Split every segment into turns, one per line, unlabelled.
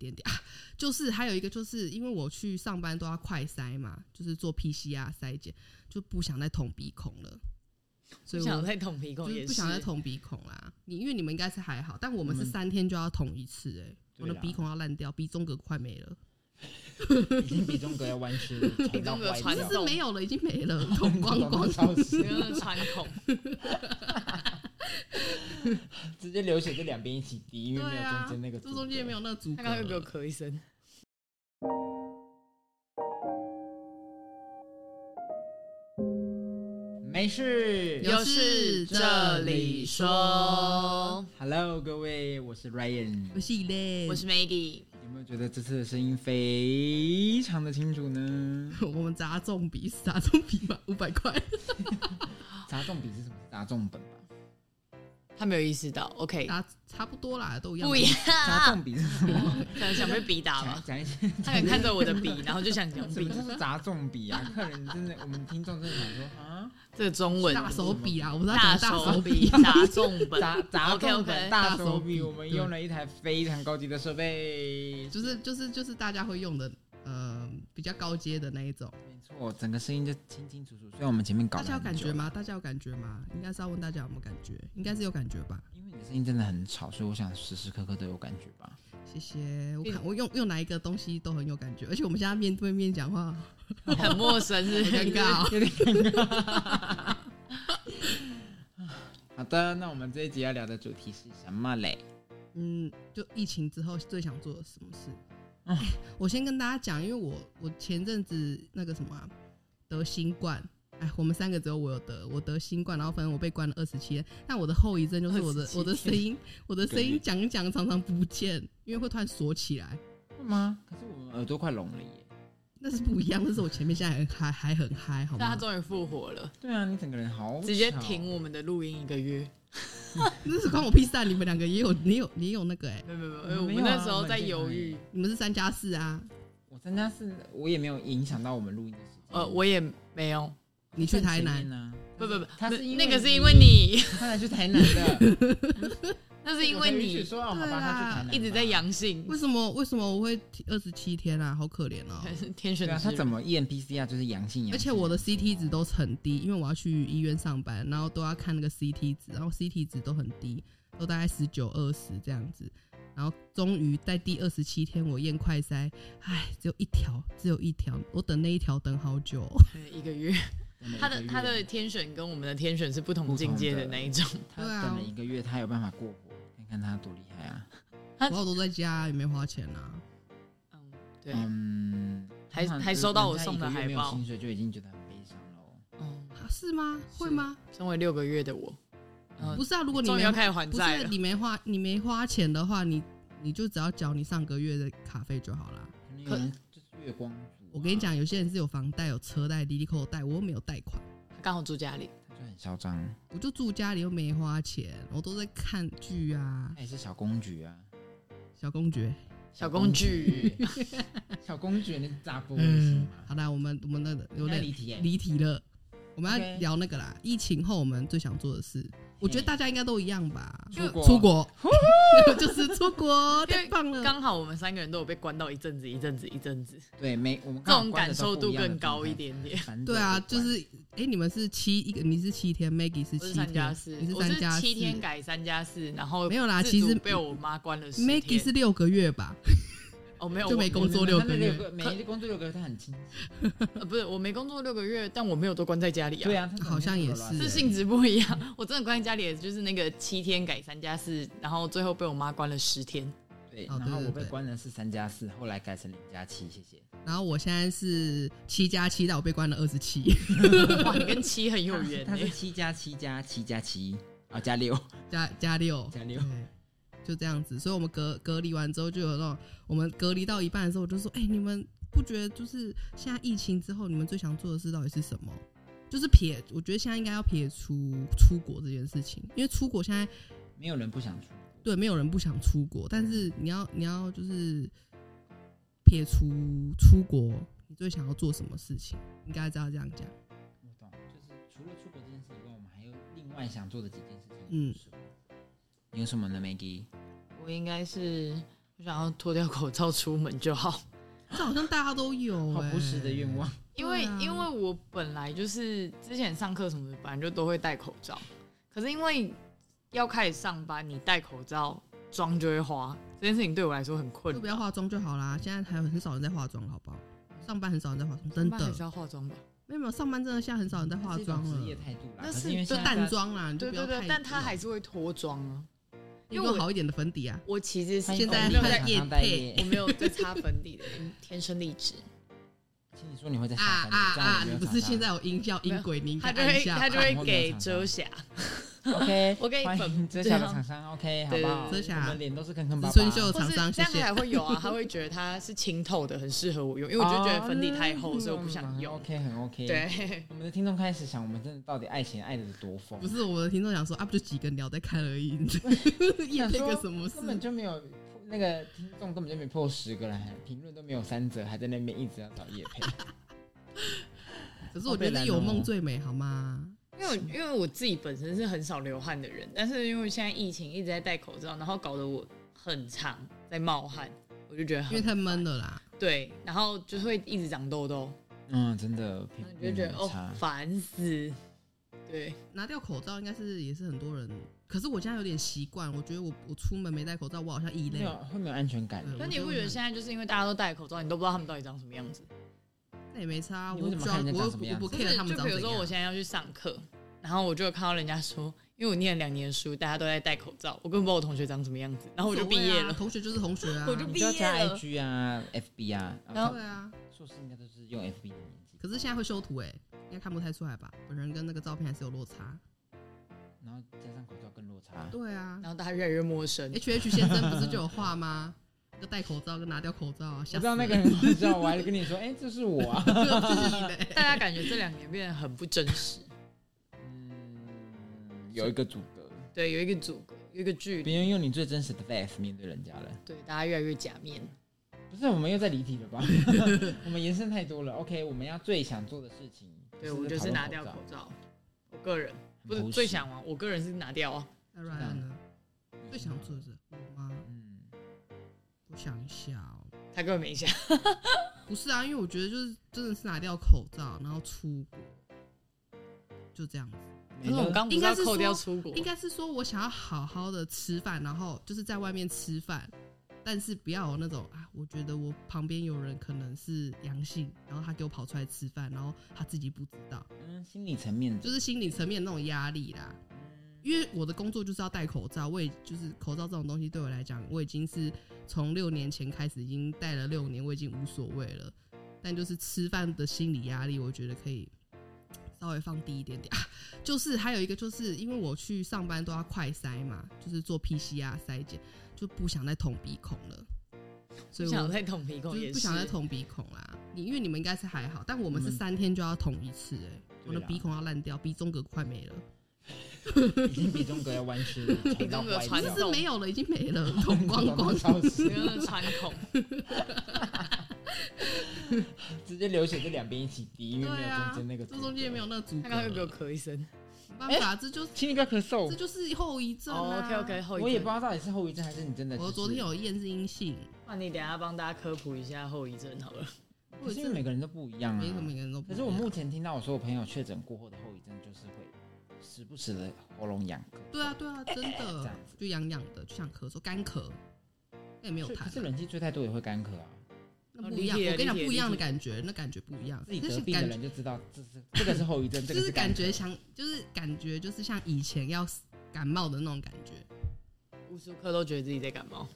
点点啊，就是还有一个就是因为我去上班都要快筛嘛，就是做 PCR 筛检，就不想再捅鼻孔了，所
不
以
想
我
再捅鼻孔
就
也
是
是
不想再捅鼻孔啦。你因为你们应该是还好，但我们
我
是
们
三天就要捅一次、欸，哎，我的
对啊
鼻孔要烂掉，鼻中隔快没了，
已经比中隔要弯 曲，传到
中隔
坏
传
掉。
到
是没有了，已经没了，捅光光
消失
因为穿孔，
直接流血就两边一起滴，因为没
对
有
啊
中，间那个，
这中间没
有。
有那个阻隔
他刚刚又给我
了。
咳一声。
没事。
有事这
里说。Hello，各位，我是 Ryan。
不是嘞，
我是 Maggie，
有没有觉得这次的声音非常的清 楚呢？
我们砸中笔是砸中笔吗？五百块，
砸重笔是什么？砸重本吧。
他没有意识到。OK，
砸差不多啦，都一样。
不一样，
啊
砸重笔是什么？
想想被笔打
讲
吧。
讲一些。
他可能看着我的笔，然后就想讲
什
笔
么。叫做砸重 笔啊？客人真的，我们听众真的想说啊，
这个中文
大手笔啊，我不知道
大
讲大
手
手
笔
笔。
砸重本，
砸砸
OK
重本
OK，
大
大手
手
笔
笔，我们
对
用了一台非常高级的设备。
就是就是就是大家会用的，呃，比较高阶的那一种。
没错，整个声音就清清楚楚。虽然我们前面搞
大
了
家有感
很久
觉？吗？大家有感觉吗？应该是要问大家有没有感觉，应该是有感觉吧。
因为你的声音真的很吵，所以我想时时刻刻都有感觉吧。
谢谢。我看我用用哪一个东西都很有感觉，而且我们现在面对面讲话，
很陌生，是
好尴尬、哦。
有点尴尬。好的，那我们这一集要聊的主题是什么嘞？
嗯，就疫情之后最想做的什么事？ 我先跟大家讲，因为我我前阵子那个什么啊、得新冠，哎，我们三个只有我有得，我得新冠，然后反正我被关了二十七天。但我的后遗症就是我的
27
我的声音，我的声
对
音讲一讲常常不见，因为会突然锁起来，
会吗？可是我们耳朵快聋了耶。
那是不一样。但是我前面现在很嗨，还很嗨，好
但啊他
吗？
终于复活了，
对啊，你整个人好哦
直接
吵
停。我们的录音一个月。
那是关我屁事啊！你们两个也有，你有，你有那个哎、
没有没有没
我
有，
们
我
没
们
有啊
那时候在
我
犹
们在
豫
看。
你们是三加四啊，
我参加是，我也没有影响到我们录音的时间。
呃，我也没有，
你去台南，
呢？
不不不，
他
那
是因为
那个是因为，你，
他才去台南的，
那是因为
我才允许
你
说啊，我们帮他去台南吧
一直在。阳性，
为什么为什么我会二十七天啊？好可怜哦、
天选
对
之
啊，他怎
么？
么 EMPC 啊，就是阳性阳性。
而且我的 CT 值都很低，因为我要去医院上班，然后都要看那个 CT 值，然后 CT 值都很低，都大概十九、二十这样子。然后终于在第二十七天，我验快筛，唉，只有一条，只有一条，我等那一条等好 久哦。
一个月，
等了
他
一
的
个
他的
月
天选跟我们的天选是不同境界的那一种，
他
对啊
等了一个月，他有办法过活，看看他多厉害啊！
他
然后我都在家，也没花钱啊。
嗯，对，
嗯，
还
通常
还收到我
人家
送的
一个月没有
海报
薪水就已经觉得很悲伤了。
嗯，
啊是吗？
是
会吗？
身为六个月的我，嗯
不是啊，如果你
终于
没
要开始还
不
债
是
了，
你没花你没花钱的话，你你就只要缴你上个月的卡费就好啦。
可能有人就是月光族啊，
我跟你讲，有些人是有房贷、有车贷、滴滴扣贷，我又没有贷款。
刚好住家里，
他就很嚣张，
我就住家里又没花钱，我都在看剧啊，
他也是小公举啊，
小公爵。
小公举，
小公举，你咋不行
嗯
吗，？
好啦，我们我们的有
那
点
离题耶，
离题了，我们
OK
要聊那个啦疫情后我们最想做的事，我觉得大家应该都一样吧。
出国
出，国， 就是出国，
因为
太棒了！
刚好我们三个人都有被关到一阵子一阵子一阵子，
对，没我们
这
刚好
种
关
感
的
受
都不
度
样的
更高一
状态。
点点。
反
对啊，
走
就
不
是哎，你们是七一个，你是七天，Maggie 是
我是
七
三加
天，
四
你，是
我是
三加四
七天改三加四，然后
没有啦
自
其实
主被我妈关了十
Maggie
天。
是六个月吧？
哦，没有，
就
我
没
管
工作六个月
他那六每一工作六个月，他很清晰。
呃不是我没工作六个月，但我没有都关在家里啊。
对，啊，他
好像也是
这
是
性质不一样。 我真的关在家里，就是那个七天改三加四，然后最后被我妈关了十天。
对，
哦
然后
对对
我被
对
关的是三加四，后来改成零加七，谢谢。
然后我现在是七加七，但我被关了二十七。
哇，你跟七很 有缘
他是
欸
七加七加七加七，啊加六
加加六，
加六
对，就这样子。所以我们隔隔离完之后，就有那种我们隔离到一半的时候，我就说：“哎、你们不觉得就是现在疫情之后，你们最想做的事到底是什么？”就是撇，我觉得现在应该要撇除出国这件事情，因为出国现在
没有人不想出国。
对没有人不想出国，但是你要你要就是撇除出国，你最想要做什么事情？应该知道这样讲。
我懂，就是除了出国这件事以外，我们还有另外想做的几件事情。
嗯
嗯，你有什么呢，Maggie？
我应该是我想要脱掉口罩出门就
啊
好。
这好像大家都有、欸，
好朴实的愿望。
因为、
对啊
因为我本来就是之前上课什么的，本来就都会戴口罩，可是因为要开始上班，你戴口罩妆就会花，这件事情对我来说很困
就
扰。
不要化妆就好啦。现在还有很少人在化妆，好不好？上班很少人在化妆，真
上班还是
的
要化妆吧？
没有没有，上班真的现在很少人在化妆
这是一种职业
了，
态度啦。
那
可
是
因为
就
现在
淡
大
妆啦，你就
对
不要
对
太
对，但他还是会脱妆啊。因
因
为
为
我
好一点的粉底啊。
我其实是
家哦
现在
没有
很
在
夜
场待
配
我
业。
没有在擦粉底的，天生丽质。
请你说你会在
啊
下班
啊
这样
啊！
没
你
有
不
长
是
大
现在有音效音轨，你应该
他就
按
会
一下啊
他就
吧。
会给遮瑕，
OK，
我给你
欢
粉
迎遮瑕的厂商 OK 好不好？
对遮瑕
我们脸都是坑坑巴巴。
春秀
或
厂
是
商，谢
这样
谢。
还会有啊，他会觉得它是清透的，很适合我用，因为我就觉得粉底太厚，所以我不想
哦
用。
那很 OK，很 OK。，
对，
我们的听众开始想，我们真的到底爱钱爱的有多疯
不？是我的听众想说啊，不就几个鸟在看而已， 夜配个什么事
根？本就没有那个听众根本就没破十个人，评论都没有三折，还在那边一直要找叶配。
可是我觉得
哦
有梦最美，好吗？
因为我因为我自己本身是很少流汗的人，但是因为现在疫情一直在戴口罩，然后搞得我很长在冒汗，我就觉得
因为
很
太闷了啦。
对，然后就会一直长痘痘，
嗯，真的，评
然后你
论
就觉得
很
哦
差。
烦死，对，
拿掉口罩应该是也是很多人，可是我现在有点习惯，我觉得我我出门没戴口罩，我好像异
没
类
有。会没有安全感，
嗯
可你不觉得现在就是因为大家都戴口罩，你都不知道他们到底长什么样子？
那也没差，啊
你
我
为
又
什
不
么
需要，
看人家
我又
长什
不
么
我
样
不
子
就
care 他们
嗯就
长
比如
怎
说我
样。
现在要去上课，然后我就有看到人家说，因为我念了两年的书，大家都在戴口罩，我根本不知道我同学长什么样子，然后我就毕业
无 所谓啊
了。
同学就是同学啊。
我就
你就要
毕
加
业了
IG 啊、FB 啊。
然后
对啊，
硕士应该都是用 FB 的年纪，
可是现在会修图哎、应该看不太出来吧？本人跟那个照片还是有落差。
然后加上口罩更落差。
对啊
然后大家越来越陌生，
，H H 先生不是就有画吗？就戴口罩跟拿掉口罩啊，
我
吓
知
死人
道那个很好 笑，我还跟你说，哎，这是我啊。
这是你的、
大家感觉这两年变得很不真实。
嗯，有一个阻隔，
对，有一个阻隔，有一个距离，
别人用你最真实的 face 面对人家了。
对，大家越来越假面。
不是，我们又在离题了吧？我们延伸太多了。OK，我们要最想做的事情，
对我就是拿掉口罩，我个人不是
很朴实
最想啊，我个人是拿掉啊。
那 Ryan 呢？最想做的是我吗？
嗯，
我想一下哦、
他根本没想，
不是啊，因为我觉得就是真的是拿掉口罩，然后出国，就这样子。
可是我们刚不
应
是
该
要
是
扣掉
说
出国
应，该是说我想要好好的吃饭，然后就是在外面吃饭，但是不要有那种啊，我觉得我旁边有人可能是阳性，然后他给我跑出来吃饭，然后他自己不知道，
嗯心理层面的
就是心理层面那种压力啦。因为我的工作就是要戴口罩，我也就是口罩这种东西对我来讲，我已经是从六年前开始已经戴了六年，我已经无所谓了。但就是吃饭的心理压力，我觉得可以稍微放低一点 点。啊、就是还有一个，就是因为我去上班都要快筛嘛，就是做 PCR 筛检，就不想再捅鼻孔了，所
不
以我
想再捅鼻孔
就
也
是
是
不想再捅鼻孔啦。你因为你们应该是还好，但我们
我
是
们
三天就要捅一次、欸，哎，我的
嗯对啦啊
鼻孔要烂掉，鼻中隔快没了。
已经比中隔要弯曲了，比
中隔
不
传
是
统
是
啊
没有了，已经没了，捅 光光。
消
不
失，
要穿孔。
直接流血就两边一起滴，因为没
对
有
啊
中，间那个，
这中间也没有。那个阻隔，
他刚刚又 给我
没
咳一声。
办法，这就
请你不要咳
这
嗽，
就是后遗症
哦
啊。
OK OK，后遗症。
我也不知道到底是后遗症还是你真的。
我昨天，有验是阴性，
那你等一下帮大家科普一下后遗症好了。
后
可
遗
是因为
症
每个人都不一样
没什么
啊。
人都不
可
一样。
是我目前听到我说我朋友确诊过后的后遗症就是会时不时的喉咙痒。
对啊对啊，真
这
的
样子
就痒痒的，就想咳嗽，干咳，那也没有
所以
痰
可是
啊，
冷气吹太多也会干咳啊。
那不一样。
理解
我跟你讲，
理解
不一样的
理解
感觉，那感觉不一样。
自己
那
得
是
病的
感
人就知道，这是这个是后遗症，这
就
个
是感觉
咳
像，就是感觉就是像以前要感冒的那种感觉，
无时无刻都觉得自己在感冒。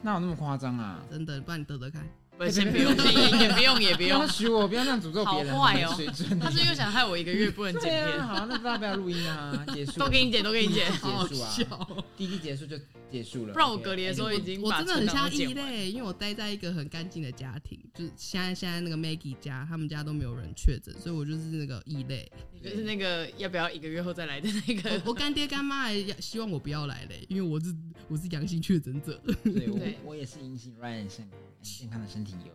哪有那么夸张啊？
真的，不然你得得看。
不，先不用，先 也也不用，也不
不
用
要。许我，不要这样诅咒别人，
好坏哦
没水准的
他是又想害我一个月不能剪
对啊，
片，
好，那大家不要录音 啊，结束。
都给你剪，都给你剪，
好
结束啊，
笑哦。
第一结束就结束了。
不然我隔离的时 E 候已经
我
把
真的很
存
像
档都
异
剪完。
类，因为我待在一个很干净的家庭，就是现在现在那个 Maggie 家，他们家都没有人确诊，所以我就是那个异类。
你就是那个要不要一个月后再来的那
我
个，
我干爹干妈还希望我不要来嘞，因为我是我是阳性确诊者。
对
对
我我也是阴性，Ryan 是很健康的身体哟。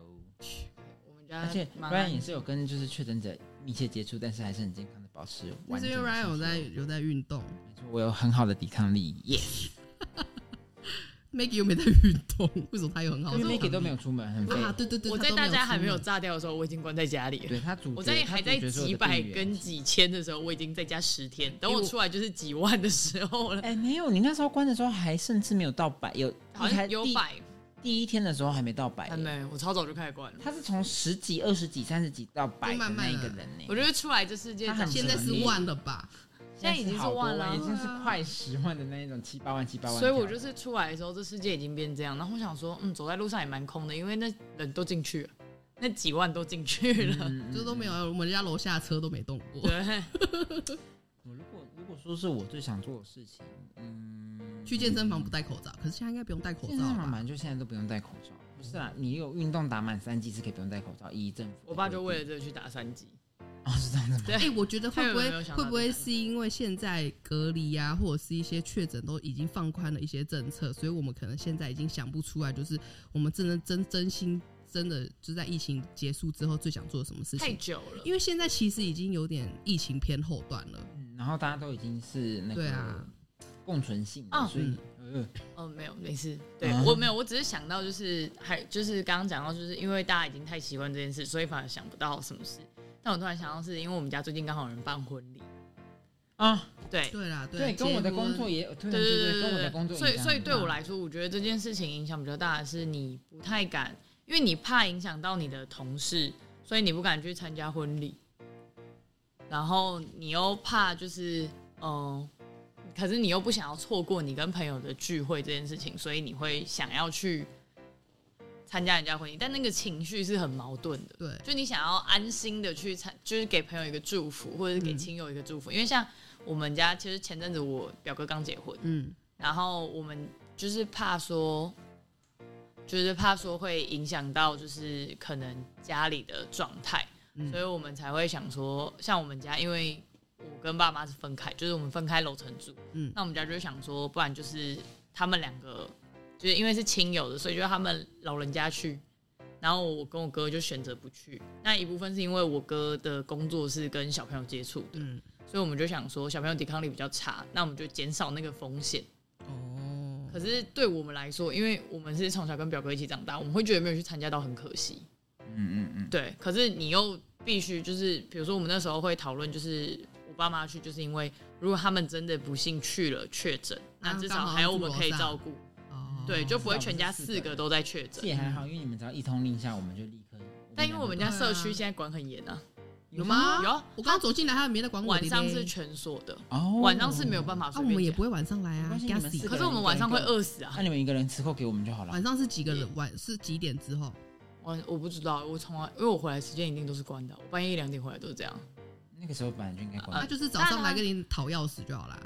我们家
而且
蛮安
Ryan 也是有跟就是确诊者密切接触，但是还是很健康的保持
那
完
是
整
因
的
为
身体。
Ryan 有在有在运动，
没错，我有很好的抵抗力耶。
那 Maggie 又没在运动，为什么他又很好
因
上
为
力？
Maggie 都没有出门，很废。
啊，对对对，
我
他
在
都
大
有
家
出
还没有
门
炸掉的时候，我已经关在家里了。
对他主角，
我在
他
还
主
在
角是我的
几百
病源
跟几千的时候，我已经在家十天。等
因
我
为我
出来就是几万的时候了，
哎、没有，你那时候关的时候还甚至没有到百，有
好
你才
像有
第哎
百，
第一天的时候还没到百耶，
还没，我超早就开始关了。
他是从十几、二十几、三十几到百
就
的
慢慢
那一个
了
人呢、
我觉得出来这世界
欸他很
长
现在
什
是
么样
万了吧？
现在已经
是
是
好多
万了
已
啊，
经是快十万的那一种，七八万、七八万。
所以我就是出来的时候，这世界已经变这样。然后我想说，嗯，走在路上也蛮空的，因为那人都进去了，那几万都进去了。
嗯
就都没有，我们家楼下车都没动过，
对，
我如果如果说是我最想做的事情，嗯，
去健身房不戴口罩，可是现在应该不用戴口
健
罩
身
了
房
吧？
本来就现在都不用戴口罩，不是啊？你有运动打满三剂是可以不用戴口罩，依政府的规定。
我爸就为了这个去打三级。
哦是这样子吗？
哎、我觉得会不
他有
会
没有想到
会不会
这个
是因为现在隔离呀、或者是一些确诊都已经放宽了一些政策，所以我们可能现在已经想不出来，就是我们真的真真心真的就在疫情结束之后最想做什么事
太
情？
久了，
因为现在其实已经有点疫情偏后段了，
嗯然后大家都已经是那
对
个
啊
共存性
啊
的，所以呃
嗯，没有，没事。对、
啊
我没有，我只是想到就是还就是刚刚讲到，就是因为大家已经太习惯这件事，所以反而想不到什么事。但我突然想到，是因为我们家最近刚好有人办婚礼，
啊，
对。
对啦，
对，跟我的工作
也
也
对
对对
对对
跟我
对
的工
对，
作嗯啊
所以
影响
所以
很
对我
大
来说，我觉得这件事情影响比较大的是，你不太敢，因为你怕影响到你的同事，所以你不敢去参加婚礼，然后你又怕就是嗯、呃可是你又不想要错过你跟朋友的聚会这件事情，所以你会想要去参加人家婚礼，但那个情绪是很矛盾的。
对，
就你想要安心的去参，就是给朋友一个祝福，或者是给亲友一个祝福。因为像我们家，其实前阵子我表哥刚结婚，
嗯，
然后我们就是怕说，就是怕说会影响到就是可能家里的状态，
嗯
所以我们才会想说，像我们家，因为我跟爸妈是分开，就是我们分开楼层住，
嗯
那我们家就想说，不然就是他们两个，就是因为是亲友的，所以就他们老人家去。然后我跟我哥就选择不去，那一部分是因为我哥的工作是跟小朋友接触的，
嗯
所以我们就想说小朋友抵抗力比较差，那我们就减少那个风险。
哦，
可是对我们来说，因为我们是从小跟表哥一起长大，我们会觉得没有去参加到很可惜。
嗯嗯嗯，
对，可是你又必须就是，比如说我们那时候会讨论，就是我爸妈去，就是因为如果他们真的不幸去了确诊，那至
啊刚
少
好
还有我们可以照顾，
哦
对，就不会全家
至
四
少不是四个
个都在确
嗯
这
诊。
也还好，因为你们只要一通令下，我们就立刻。
但因为我们家社区现在管很严啊，
啊有吗？
有
我刚走进来，他也没在管我的
晚
嘞。
上是全锁的，
哦，
晚上是没有办法
啊，
随
我
便
们也
讲。
不会晚上来
没
啊
关系你们四个
可是我们晚上会饿死
那
啊！
你们一个人吃扣给我们就好了
晚。上是几个人？晚是几点之后？
我我不知道，我从来因为我回来时间一定都是关的，我半夜一两点回来都是这样。
那个时候本来就应该
啊
他
关。
就是早上来跟你讨钥匙就好啦。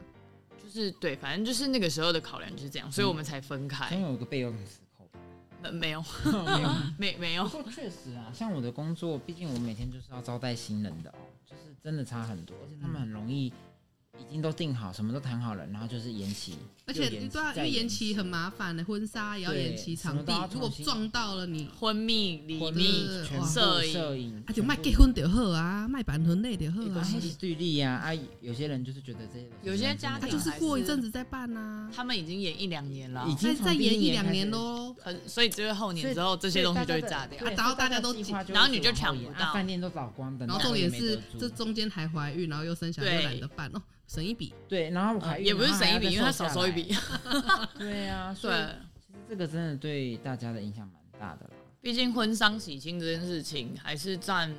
就是对，反正就是那个时候的考量就是这样，所以我
嗯
们才分
先
开。
有一个备用吃扣吧。
呃、没有，
哎没有
没没有
不，过确实啊，像我的工作，毕竟我每天就是要招待新人的哦，就是真的差很多，而且他们很容易已经都定好，什么都谈好了，然后就是延期，
而且
又延期
对啊，因
再
为延
延
期很麻烦的，婚纱也要延期，
对
场
什么都
地
要
如果
重新啊
撞到了你，
婚蜜、礼
婚
蜜
礼、
对
全
哇
部
摄影
摄影，
啊就卖
全部
结婚就好啊，卖版婚内就好
也
啊
都
啊，，黑起对立呀、啊，啊，有些人就是觉得这些，
有些家
他就
庭
就是
是过一阵子再办呐，
他们已经演一两年了
已，
再
经从
再
第一
延一
年
两
开
年
始
喽。
很所以只会后年之后这些东西就会炸掉
啊。然后大家都
计划
然后你就
往后
抢
延
不
啊
到
饭店都找光的，
然后
那
重
我也
点
没
是
得，住
这中间还怀孕，然后又生小孩，又
对
懒得办哦，省一笔。
对，然后怀孕
啊也不是
然后
省
还
一
要
笔，
再
因为他
瘦
少
下
收一
来
笔。
对啊，所以
对，
其实这个真的对大家的影响蛮大的啦。
毕竟婚丧喜庆这件事情还是占，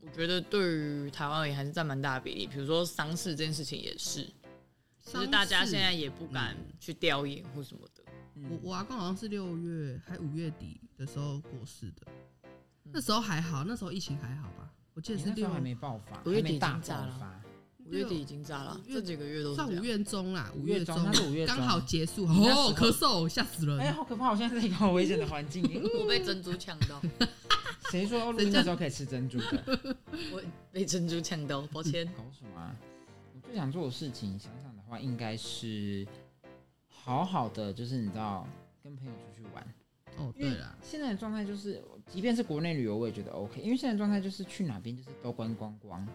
我觉得对于台湾而言还是占蛮大的比例。比如说丧事这件事情也是，就是大家
丧事
现在也不敢去吊唁或什么的。
我
嗯，
我阿公好像是六月还五月底的时候过世的，那时候还好，那时候疫情还好吧？我记得
你
是
嗯那时
六
候还没爆发，
五月
还没
底已
大
经炸
爆
了
发，
五月
哦
底已经炸了，
五月
这几个月都是
算
这
五
样。
月中啦，五
五月中
中
它是五月
啊
中
刚好结束
那时候
哦，咳嗽吓死
哎呀，
人。
好可怕！我现在在一个好危险的 环境里。
我被珍珠呛到，
谁说录音的时候可以吃珍 珠的？
我被珍珠呛到，抱 歉。
搞什么啊？我最想做的事情，想想的话，应该是好好的，就是你知道，跟朋友出去玩。
哦，
因
对
为
啦，
现在的状态就是，即便是国内旅游，我也觉得 OK。因为现在的状态就是去哪边就是都观光光，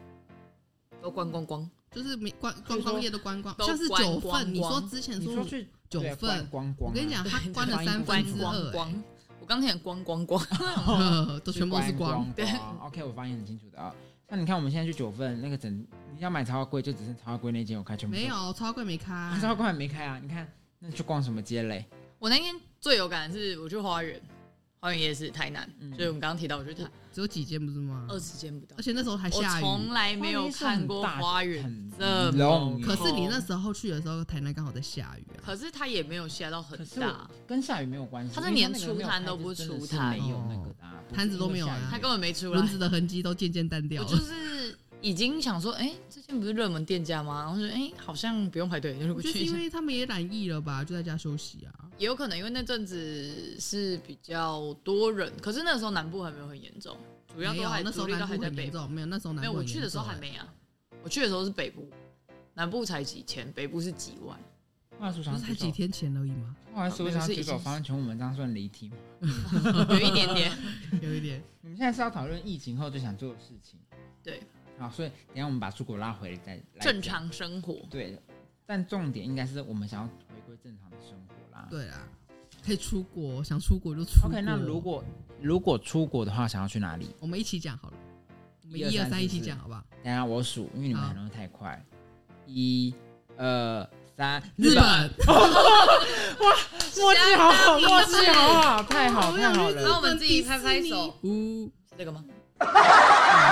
都关光光，
就是没观观光业的观光，
都
像是
观
九
光
份，你说
光
之前
你
说
说去
九
对啊
份
关，光光、
我跟你讲，，
啊
它关了
关
三
关
分之
光
二、欸
光，我刚才光光光，
呵， 都全部都是
光
光。
光。OK，我发现很清楚的啊。那你看我们现在去九份那个整，你要买超贵，就只剩超贵那间有开，全部都
没，有，超贵没开
啊。超贵还没开啊。你看，那去逛什么街嘞？
我那天最有感的是我去花园，花园夜市台南，
嗯
所以我们刚刚提到我去台
只有几间不是吗？
二十间不到
而，且那时候还
我
嗯下雨
从。来没有看过花园这么空
很
可是你那时候去的时候，台南刚好在下雨啊。
可是它也没有下到很
可是
大
我，跟下雨没有关系，
它是
因为
连
那个没有
出摊
开
都
就
不
真
出
的是
摊
没有那个的啊，不是
哦摊子都
因为
没有
下雨
啊
它根本没出来
轮。子的痕迹都渐渐淡掉
我
了。
就是已经想说，哎、这间不是热门店家吗？然后就哎、好像不用排队，就是
我
我
觉得
去
是
一
因
下。
为他们也染疫了吧，就在家休息啊。
也有可能因为那阵子是比较多人，可是那时候南部还没有很严重，主要
没
都
有啊
还，
那时候
主力都
南
还
部
在
很
北
严
部。
重，没有那时候南
没有，
部
我
很
去的时候
欸
还
严重
没啊，我去的时候是北部，南部才几千，北部是几万。
话说
欸，不
想
是才几，天哦前而已吗？
话说想
没有是已
举手
经
发现全部文章算离题吗？
有一点 点。
有一点，
我们现在是要讨论疫情后最想做的事情。
对，
好，所以等一下我们把出国拉回来再来
正
讲。
常生活，
对，但重点应该是我们想要回归正常的生活啦。
对啊，可以出国，想出国就出国。
OK，那如果如果出国的话，想要去哪里？
我们一起讲好了，我们
一
一二
二三
三一起
四
讲好不好？
等一下我数，因为你们
好
很容易太快。一、二、三，
日本，
默契好好，
相当
默契好好，太好
我
太
想
好
去日
然后
了。
我们自己
本迪
拍拍
士尼
手，
呜，
是这个吗？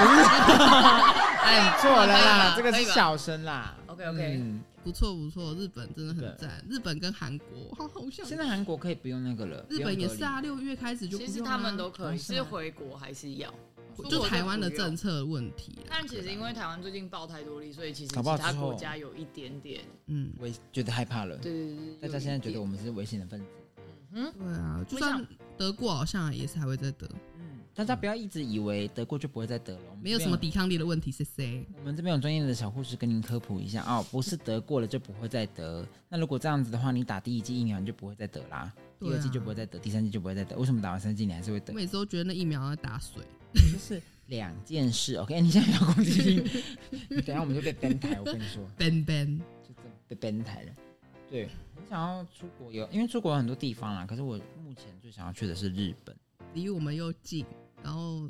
哎，错了啦，
可
这
以吧
个
可
是
以吧
小声啦。
OK，OK
嗯
不错不错，日本真的
日本
很赞，日本跟韩国，好好想。
现在韩国可以不用那个了，
日本也是啊，六月开始就
其实
不用
他们
啊
都可以，
哦是吗
是回国还是要？
不用隔离，
就台湾的
出国就不用
政策问题啊啦，
但其实因为台湾最近爆太多例，所以其实
搞
其
不好
他
之后
国家有一点点，
嗯，
我也觉得害怕了。
对对对，
大家现在觉得我们是危险的分子。
嗯，
对啊，就
我想
算德国好像也是还会再得，
嗯，大家不要一直以为德国就不会再得了，我们
没有
这
什
边
么。抵抗力的问题，谢谢。
我们这边有专业的小护士跟您科普一下哦，不是得过了就不会再得。那如果这样子的话，你打第一剂疫苗你就不会再得啦，第
对
二
啊
剂就不会再得，第三剂就不会再得。为什么打完三剂你还是会得
我？每次都觉得那疫苗在打水，
就是两件事。OK，你现 在不要攻击性，你等一下我们就被 ban 台。我跟你 说，
ben ben，
就真的被 ban 台了。对，很想要出国有，因为出国有很多地方啦。可是我目前最想要去的是日本。
离我们又近，然后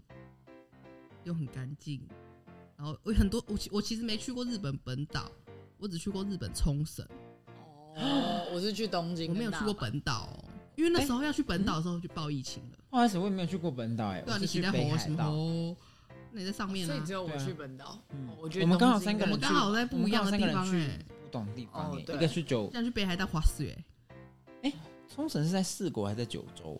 又很干净，然后我很多我其我其实没去过日本本岛，我只去过日本冲绳，
哦，我是去东京，
我没有去过，本岛、哦，因为那时候要去本岛的时候就爆疫情了，
不好意思，我也没有去过本岛哎、
对
我
啊，
是
你
去
期待
北
吼
海
什么
道。
吼？那你在上面
所以
啊
只，有我
对啊
去本岛哦
嗯，
我觉得
我们刚好
东京
三个
我
人
们刚好在不一样的地
我们
方
刚好三个
哎、
人去不同地方
哦
耶、
对
一个去九，
像去北海道滑雪、
哎、冲绳是在四国还是在九州？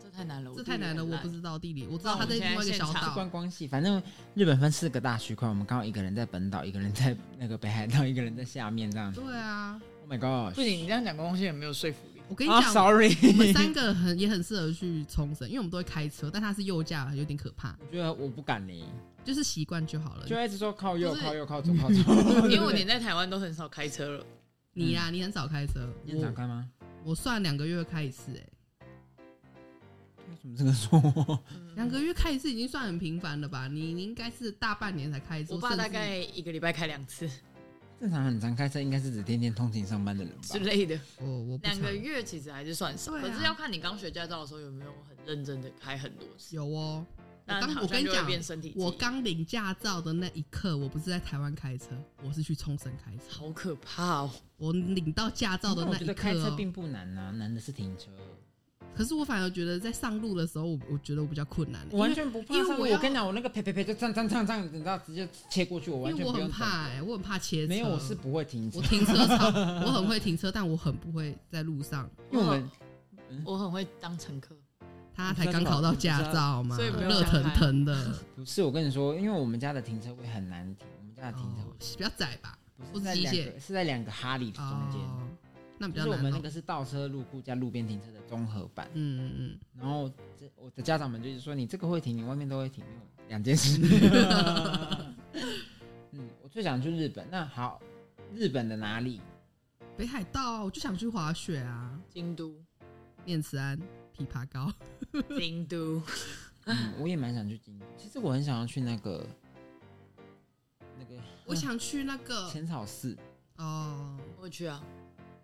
这太难了，
这太难了，
我
我
地理
不
很烂
知道地理，我知
那
道
我
它
们
在另
现
外
在
一个
现
小
场
岛
是。观光系，反正日本分四个大区块，我们刚好一个人在本岛，一个人在那个北海道，一个人在下面这样子。
对 啊，
Oh my god！
不行，你这样讲东西也没有说服力。
我跟你
啊
讲，
，sorry，
我们三个很也很适合去冲绳，因为我们都会开车，但它是右驾，有点可怕，
我觉得我不敢呢，
就是习惯就好了。
就一直说靠右、
不是
靠右、靠左、靠左。
因为 我连在台湾都很少开车了，
你呀、你很少开车，
你
嗯
很常
我
开吗？
我算两个月开一次、哎，
为什么这个说我？
嗯
两个月开一次已经算很频繁了吧？你你应该是大半年才开一次，
我爸
甚至
大概一个礼拜开两 次
正常很常开车，应该是指天天通勤上班的人吧
之？类的，
我我不
两个
常
月其实还是算少，
对啊
可是要看你刚学驾照的时候有没有很认真的开很多次。
有哦。我
但
刚
好
我
像
跟你
就会
讲，
变身体记忆，
我刚领驾照的那一刻，我不是在台湾开车，我是去冲绳开车。
好可怕哦！
我领到驾照的
我
那
觉
一
得
刻、
开车
哦
并不难啊，难的是停车。
可是我反而觉得在上路的时候，我我觉得我比较困难，欸
我
因
完
为
全不怕
因为
上路。
我
我
要
跟你讲，我那个呸呸呸就这样这样这样这样，你知道直接切过去，我完
因为
全
我
不
很
用
怕
等。
哎、我很怕切车。
没有，我是不会停车
我，停车场， 我很会停车，但我很不会在路上。
因为我们
我很会当乘客，
他才刚考到驾照嘛，
所以不用
热腾腾的，
不是我跟你说，因为我们家的停车位很难停，我们家的停车
哦
位
比较窄吧？
不是在
不是机
两
械
个，是在两个哈利的中间。
哦，那比
就
较
是我
难
们那
哦。
个是倒车入库加路边停车的综合版，
嗯嗯
然后这我的家长们就是说你这个会停，你外面都会停，没有两件 事。 嗯，我最想去日本。那好，日本的哪里？
嗯，北海道我就想去滑雪啊，
京都，
念慈庵、枇杷膏，
京都，
啊
嗯，我也蛮想去京都。其实我很想要去那个那个嗯
我想去那个
浅草寺，
哦，
我去啊，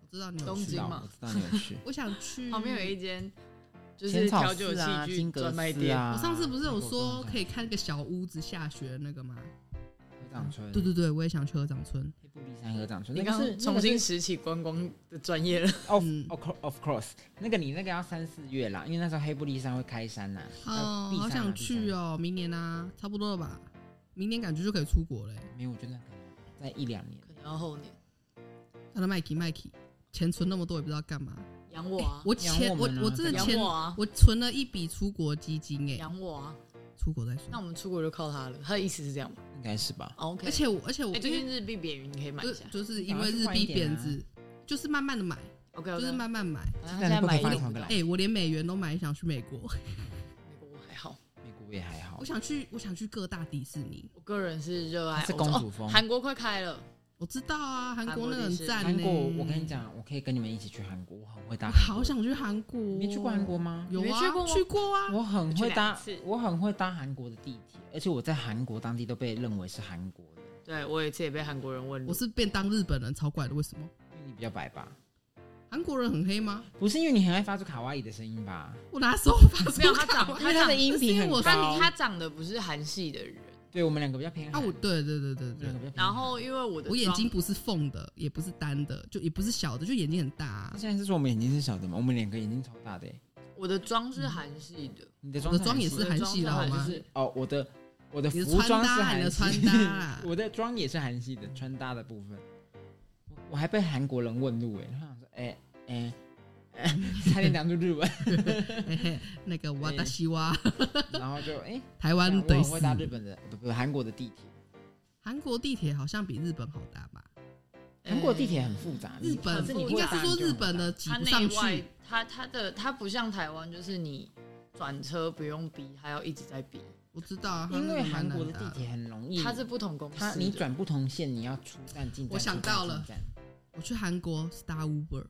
我知道纽
东
区
京
吗？
嘛
我知道你有去
我想去
旁哦边有一间就是
浅
调
草
酒
寺
器
啊、
具
金阁
专卖
寺
店，
啊。
我上次不是有
美国
说可
以
以看那个小屋子下雪的那个吗？嗯
合掌村，
对对对，我也想去合掌村。
黑布利山合掌村，
你
那个
刚
是
刚重新拾起观光的专业了，
哦
嗯
of course- of course，那个你那个要三四月啦，因为那时候黑布利山会开山呐。
哦，
要
好
闭山啊
想去！哦，明年啊，差不多了吧？明年感觉就可以出国欸嘞、
闭山没有，我觉得可能在一两年。
可能要后年
他的麦克麦克，钱存那么多也不知道干嘛。
养我啊，
我
养
钱
我
我
们
哎
啊
我真的
对吧
养
钱
我啊，
我存了一笔出国基金哎、
养我啊，
出国再说
那。我们出国就靠它了，他的意思是这样吗
应该是吧。
哦？OK，
而且我而且我
哎，
因
最
为
近日币贬云，你可以买
就
一下。
就是因为日币贬值，就是慢慢的买，
OK，
就是慢慢买。
反正他现在买一
不可以
点
放
不到
回
哎、我连美元都买，想去美国。
美国我还好，
美国也还好
我，想去，我想去各大迪士尼。
我个人是热爱
是
欧洲
公主风
哦韩国快开了，
我知道啊，韩
韩
国
国
那个
迪
很
士尼
赞
韩
呢、
国我跟你，讲，我可以跟你们一起去韩国，我很会搭
我
韩国。
好想去韩国。
你没去过韩？国吗？
有
你没
啊，
去过吗
去过啊。
我很会搭
去两次，
我很会搭韩国的地铁，而且我在韩国当地都被认为是韩国的，
对我有一次也被韩国人问路，
我是便当日本人，超怪的，为什么？
因为你比较白吧？
韩国人很黑吗？
不是因为你很爱发出卡哇伊的声音吧？
我拿手法
没有他长
因为他的音频很
我
高。
他他长得不是韩系的人，
对我们两个比较偏
啊，
韩，
我对对对对
我们两
对
个，比较偏韩
然后因为我的
我眼睛
妆
不是缝的，也不是单的，就也不是小的，就眼睛很大、
他
啊。
现在是说我们眼睛是小的吗？我们两个眼睛超大的欸、
我的妆是韩系的，
你的
我
妆
的妆也是
是
韩系的好
就
吗？
是哦，我的我的
你的
服
穿
装是
搭，你
韩
的
系
穿搭啦
，我的妆也是韩系的穿搭的部分。我我还被韩国人问路哎、他想说哎哎哎， 差点讲出 日文，
嘿嘿，那个瓦达西哇，
然后就哎，
台
我
湾
很
对
会搭日
死。
本的不不韩国的地铁，
韩国地铁好像比日本好搭吧？
韩国地铁很复杂，
欸日
可
本
是你
应
会
该是
搭你
说
就
日
很
本的
搭
挤
它
不
内
上
外
去，
它它的它不像台湾，就是你转车不用逼，还要一直在逼，
我知道啊，它
因
那
为
个
韩
蛮
国的
难搭
地铁很容易，
它是不同公司
它
的。
你转不同线，你要出站进站，
我想
出站
到了
进站
我去韩国是搭 Uber，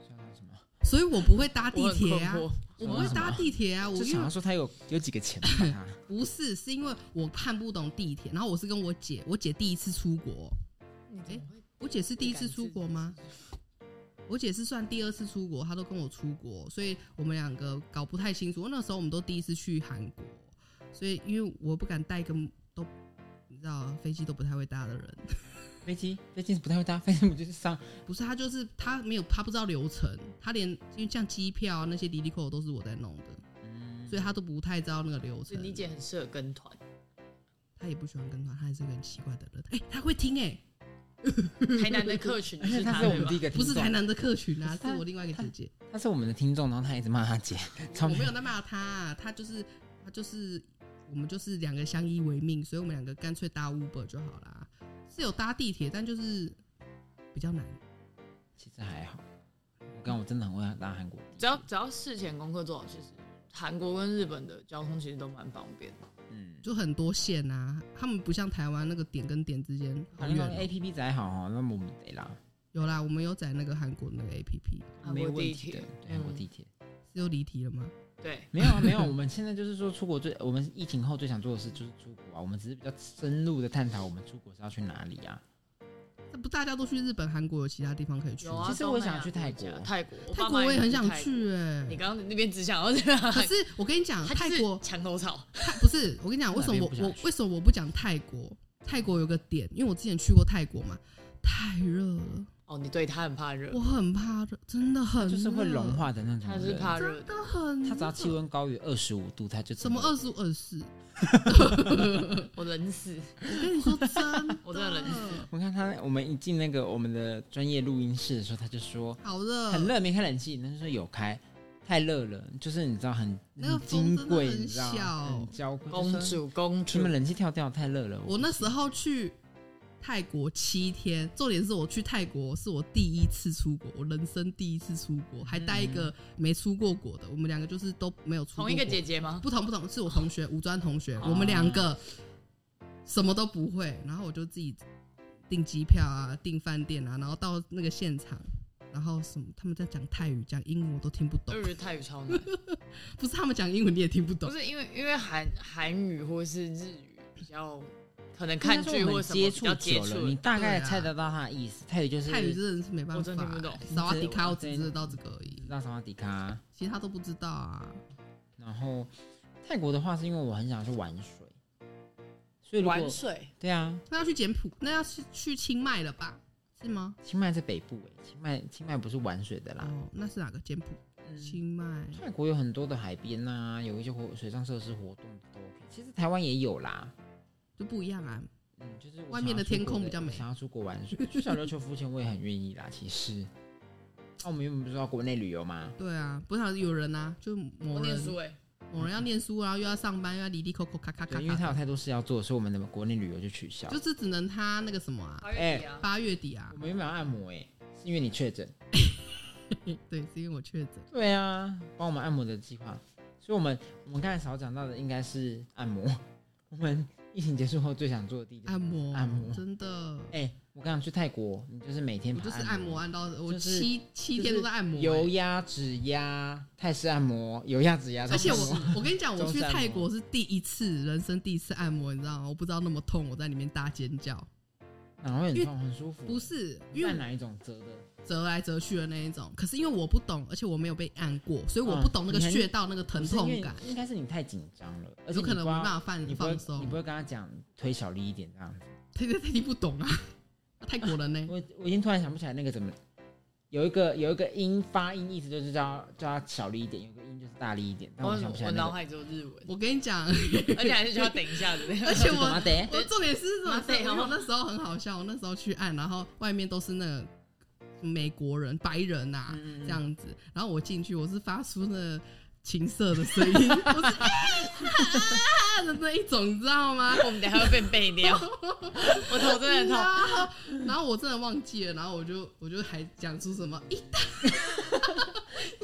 想到什么？
所以我不会搭
我
地
很
铁啊
困，惑
我不会搭地铁啊，我
就
因
想
为
要说他有有几个啊钱吧 他
不是，是因为我看不懂地铁，然后我是跟我姐，我姐第一次出国，
你怎么会
我姐是第一次出国吗？我姐是算第二次出国，她都跟我出国，所以我们两个搞不太清楚。那时候我们都第一次去韩国，所以因为我不敢带一个都你知道飞机都不太会搭的人，
飞机飞机不太会搭，飞机不就是上
不是她就是她没有她不知道流程，她连因为像机票啊那些滴滴扣都是我在弄的，
嗯，
所以她都不太知道那个流
所以
程。
你姐很适合跟团，
她也不喜欢跟团，她还是个很奇怪的人。哎、她会听哎、
台南的客群
而且
是
他
她
是我
对
们
吧
第？一个听
不是
众
台，南的客群
不
啊，
是她
是我另外一个姐姐。
他是我们的听众，然后他一直骂他姐，超
我没有在骂他，啊他就是他就是我们就是两个相依为命，所以我们两个干脆搭 Uber 就好啦。是有搭地铁，但就是比较难。
嗯其实还好。我刚我真的很会搭韩国地铁，
只要只要事前功课做好，其实韩国跟日本的交通其实都蛮方便的。
嗯，
就很多线啊，他们不像台湾那个点跟点之间好
反正
远
用
哦、
A P P 载好哦，那么我们得啦，
有啦，我们有载那个韩国那个 APP，
韩
没有
国
问
地
题的
铁，，
对韩国
嗯
地铁
是又离题了吗？
对，
没有啊，没有啊，我们现在就是说出国最，我们疫情后最想做的事就是出国啊，我们只是比较深入的探讨我们出国是要去哪里啊，
那不大家都去日本、韩国，有其他地方可以去
有
吗？
啊。
其实我
东南
想去
亚
泰
国家
国
泰国，我
泰
爸
国
妈
我也很
是
想
泰国。
去哎、
你刚刚那边只想要这样，
可是我跟你讲，
他就
泰
是
国
墙头草，
泰不是，我跟你讲，为什么
哪边
我
不想
我
去
为什么我不讲泰国？泰国有个点，因为我之前去过泰国嘛，太热了，
哦，你对他很怕热
我，很怕热，真的很热
就是会融，化的那种
他
人，
是怕热的
真。的很热。
他只要气温高于二十五度，他就
什么
真的
二十五二十，
我冷死，
我跟你说真 的，
我真的冷死
我看他，我们一进那个我们的专业录音室的时候，他就说
好热，
很热，没开冷气，那就说有开，太热了，就是你知道很
那个
很
风真
金
的
贵，
很
你知道
小
很娇贵。
公
就说
主公
你
主
们，冷气跳掉，太热了。
我那时候去泰国七天，重点是我去泰国是我第一次出国，我人生第一次出国，还带一
嗯
个没出过国的，我们两个就是都没有出过
同一个
国
姐姐吗？
不同不同，是我同学，五专同学，
哦
我们两个什么都不会，然后我就自己订机票啊，订饭店啊，然后到那个现场，然后什么他们在讲泰语，讲英文我都听不懂
日，语泰语超难，
不是他们讲英文你也听不
嗯 不
懂，
是因为因为韩韩语或是日语比较可能看剧或什么
接
比
触
较接
久了，
触
你
了，
大概
对啊
猜得到他的意思。泰语就是
泰语真的是没办法、
我真的听不懂
萨瓦迪卡，我只
对
知道这个而已，
拉萨瓦迪卡，
其他都不知道啊。
然后泰国的话是因为我很想去玩水，所以如
玩
果
水
对啊，
那要去柬埔，那要去去清迈了吧？是吗？
清迈在北部诶，清迈清迈不是玩水的啦。
啊
哦，那是哪个柬埔？
嗯
清迈。
泰国有很多的海边呐、有一些活水上设施活动都 OK。其实台湾也有啦，
就不一样啊。
嗯，就是我
外面的天空比较美
想要出国玩 水，去小琉球浮潜我也很愿意啦。其实，那、我们原本不是要国内旅游吗？
对啊，不是有人啊，就某
我念
人
书哎，
某哦人要念书，然后又要上班，又要离离扣扣咔咔咔
对，因为他有
咔，
太多事要做，所以我们的国内旅游就取消。
就是只能他那个什么啊，
八
哎
月底啊，
八月底啊
我，们原本要按摩诶、是因为你确诊。
对，是因为我确诊。
对啊，帮我们按摩的计划。所以我们我们刚才少讲到的应该是按摩。我们疫情结束后最想做的第一件
按摩，
按摩
真的，
哎、我刚想去泰国，你就是每天
我就是
爬
按摩啊按到我
就是
七七天都在按摩欸，
油压、指压、泰式按摩、油压、指压，
而且
泰式按摩
我我跟你讲，我
中
去
式按摩
泰国是第一次，人生第一次按摩，你知道吗？我不知道那么痛，我在里面大尖叫，
哪会
因为
很痛，很舒服。
不是因
那
为
哪一种折的？
折来折去的那一种，可是因为我不懂，而且我没有被按过，所以我
嗯
不懂那个
你很
穴道那个疼痛感
不，是，因为应该是你太紧张了，而且
有
你
可能
不
我
知
没
道
办法放
你不会
放松
你不，会跟他讲推小力一点这样子。
对对对，你不懂啊， 泰国人呢？
我我已经突然想不起来那个怎么，有一个有一个音发音意思就是叫叫他小力一点，有一个音就是大力一点，但
我
我想不起来
我
那
脑
个。
海只有日文，
哦我跟你讲，
而且还是需要等一下子，
而且
干嘛
我
的？
我重点是什么
麻？醉
然后
好吗
那时候很好笑，我那时候去按，然后外面都是那个美国人、白人呐、啊，
嗯
这样子。然后我进去，我是发出那情色的声 音，我是欸啊的那一种，你知道吗？
我们等一下会被背 掉，我头真的很痛。
然后，然后我真的忘记了，然后我就我就还讲出什么，咦，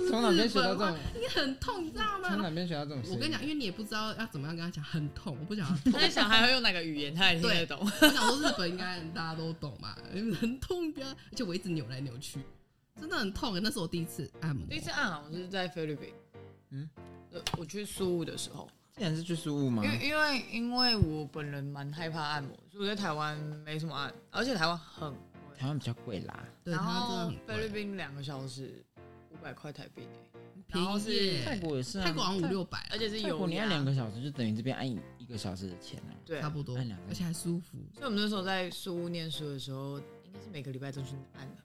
从哪边学到这种？
你很痛，你知道吗？
从哪边学到这种？
我跟你讲，，因为你也不知道要怎么样跟他讲，很痛，我不想要痛。
我在想还要用哪个语言，他也听得懂。
我想说日本应该大家都懂吧， 很痛，不要，而且我一直扭来扭去，真的很痛。欸那是我第一次按摩，
第一次按好像是在菲律宾，
嗯
呃，我去苏务的时候，
竟然是去苏雾吗
嗯
因？为因为因为我本人蛮害怕按摩，所以我在台湾没什么按，而且台湾很贵，
台湾比较贵啦，
对，
然
它真的
后
很贵
菲律宾两个小时五百块台币呢，然后
便宜
是
耶，
泰国也是啊，
泰国好像五
泰
六百
而，且是
泰
有
国你按两个小时就等于这边按一一个小时的钱啊。
对
差。不多
按两，个
而且还舒服。
所以我们那时候在苏屋念书的时候，应该是每个礼拜都去按的，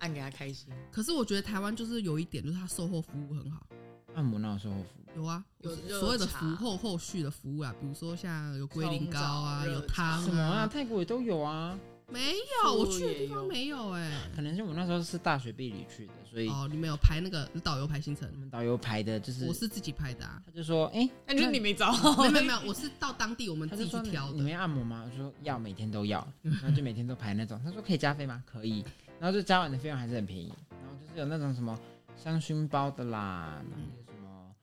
按给他开心。
可是我觉得台湾就是有一点，就是它售后服务很好，
按摩那有售后服务，
有啊，
有热
所有的
茶
服后后续的服务啊，比如说像有龟苓膏啊，
冲澡
有
热茶
汤
什么啊？，泰国也都有啊，
没有，我去的
也
地方
有
没有哎。
可能是我那时候是大学毕业旅去的，所以
哦，你们有排那个导游排行程
我，们导游排的就是，
我是自己排的啊，
他就说，哎，
那就是你没找
没
好，
有没有没有，我是到当地我们
他
自
就
己去
说你
挑
你
的。
们要按摩吗？我说要，每天都 要，然后就每天都排那种。他说可以加费吗？可以，然后就加完的费用还是很便宜。然后就是有那种什么香薰包的啦，然后有什么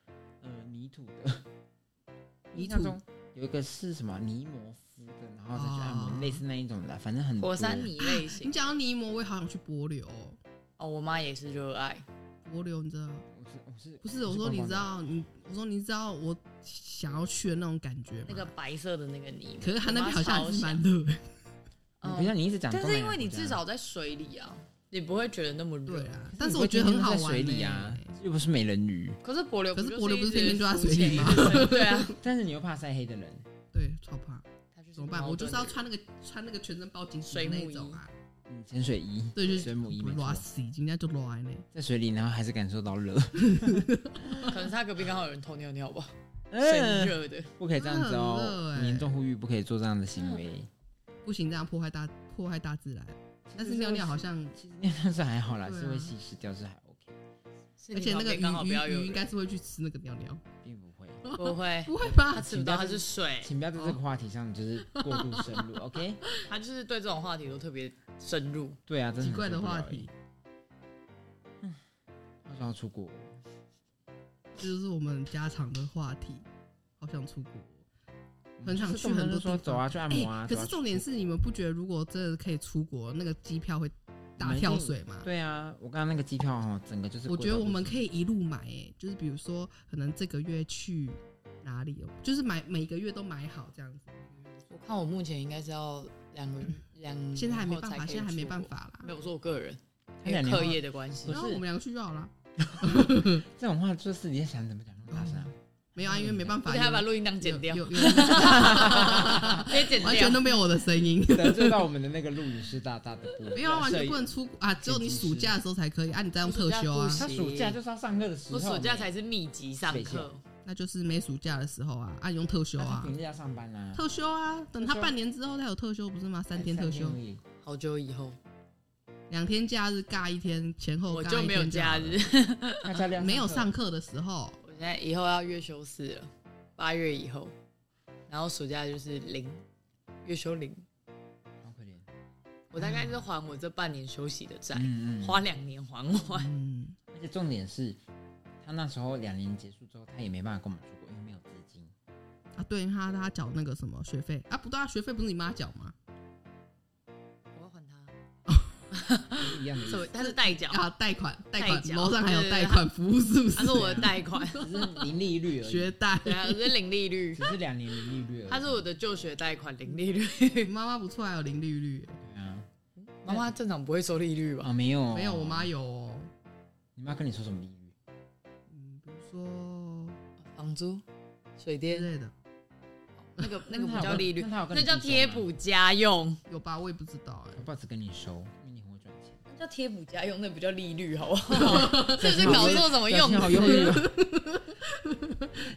呃泥土 的，
泥
印
土
象中有一个是什么泥膜敷的，然后再去按摩，
哦
类似那一种的，反正很多
火山泥类型
你。讲到泥膜，我也好想去柏流哦，
哦，我妈也是热爱，
柏流你知道？
我是我是
不是，我说你知道你，我说你知道我想要去的那种感觉吗
那个，白色的那个泥，
可是他那边
我
好像
妈超
还是蛮
想
热的，
你
呃
不像你一直讲东
但
南亚国家，
是因为你至少在水里啊，你不会觉得那么热。
对啊，但是我觉得很好玩、
在水里啊
欸，
又不是美人鱼，
可是柏流
可是
就
柏流不
是
是
一
天天
直
就在
浮
水里
潜
吗
一直对啊，
但是你又怕晒黑的人，
对，超怕，
他就是
怎么办？
矛
我就是
盾
要
的
穿
人
那个穿那个全身包紧紧
水
的
母
那种啊，
嗯，潜水衣，
对，就是
水母衣，没
拉
错，
死，人家就拉呢。
在水里，然后还是感受到热，
啊
可能是他隔壁刚好有人偷尿尿 吧，生
嗯，
热的。
不可以这样子
真的
哦
很热，欸
严重呼吁不可以做这样的行为。
不行，这样破坏大破坏大自然。但是尿尿好像，
其实尿尿是还好啦，
对啊
是会稀释掉是还 OK，
是
而
你
且那
旁
个
边刚好不要
鱼
有
鱼
人
鱼应该是会去吃那个尿尿，
并不会。
不会，
不会
他
吧？
吃不到，他是 水，
请不要在这个话题上就是过度深入，OK？
他就是对这种话题都特别深入。
对啊，真的
奇
很
怪的
受不了
话
欸
题，，
好想要出国，
这就是我们家常的话题。好想出国，很想
就
去
是动不
很多
动就说
地方
走啊，去按
哎、
摩啊。
可
走啊
是
去
重点是，你们不觉得如果真的可以出国，那个机票会大跳水吗？
对啊，我刚刚那个机票哦，整个就是
我觉得我们可
以
以一路买、哎，就是比如说，哦可能这个月去哪里，就是买每个月都买好这样子。
我看我目前应该是要两个两，
嗯现在还没办法，
才可以
现在还没办
出国。
法
没
啦。
有我说我个人，
他
因为
两年
课
后
业的关系
不
然后啊
是
我们两个去就好了。
这种话就私底下想怎么讲那么大声啊，
没有啊，因为没办
而
法，
且还把
有
录音档剪掉，
有有有
直接剪掉，
完全都没有我的声音。
得罪到我们的那个录影师大大的部分。
没有啊，完全
摄影
不能出国啊，只有你暑假的时候才可以啊，你再用特休
我
啊
暑，假
他暑假就是要上课的时候欸
我
呢，
暑假才是密集上课，
那就是没暑假的时候啊，啊，你用特休
那他
啊，
平日要上班啊，
特休啊，等他
特休
半年之后他有特休不是吗？三天特休
而，已
好久以后
两天假日尬一天，前后
我
尬
就
一
没有
天
假
好了
日，
那教练
没有
课
上课的时候，
我现在以后要月休四了，八月以后，然后暑假就是零，月休零，
好可怜。
我大概是还我这半年休息的债，
嗯
花两年还完，
嗯，
而且重点是，他那时候两年结束之后，他也没办法跟我们出国，因为没有资金。
啊，对他他缴那个什么学费啊，不对啊，学费不是你妈缴吗？
我要还他，
就是一样的意
什么
思，
他是代缴，
啊，贷款贷款
代，哦缴
楼上还有
对对对
贷款服务是不
他是啊
是？
我的贷款，
只是零利率而
学
已，
贷，
对啊，我是零利率
只，是两年零利率而已。
他是我的就学贷款零利率，
妈妈不错，还有零利率，
对啊，
妈妈正常不会收利率吧？
啊没有
没有我妈，有哦，
你妈跟你说什么利率？
嗯，比如说
房租、水
之
电
类的，
那个那个
她
不
有
叫
跟
利率
那，她有跟
那啊
你
叫
提
贴
收吗
补家用，
有吧？我也不知道哎、
我不好只跟你收，因为你很会赚钱。
那叫贴补家用，那不叫利率，好不好？ 这是
好
搞错什么用
表情好
词？
忧郁哦，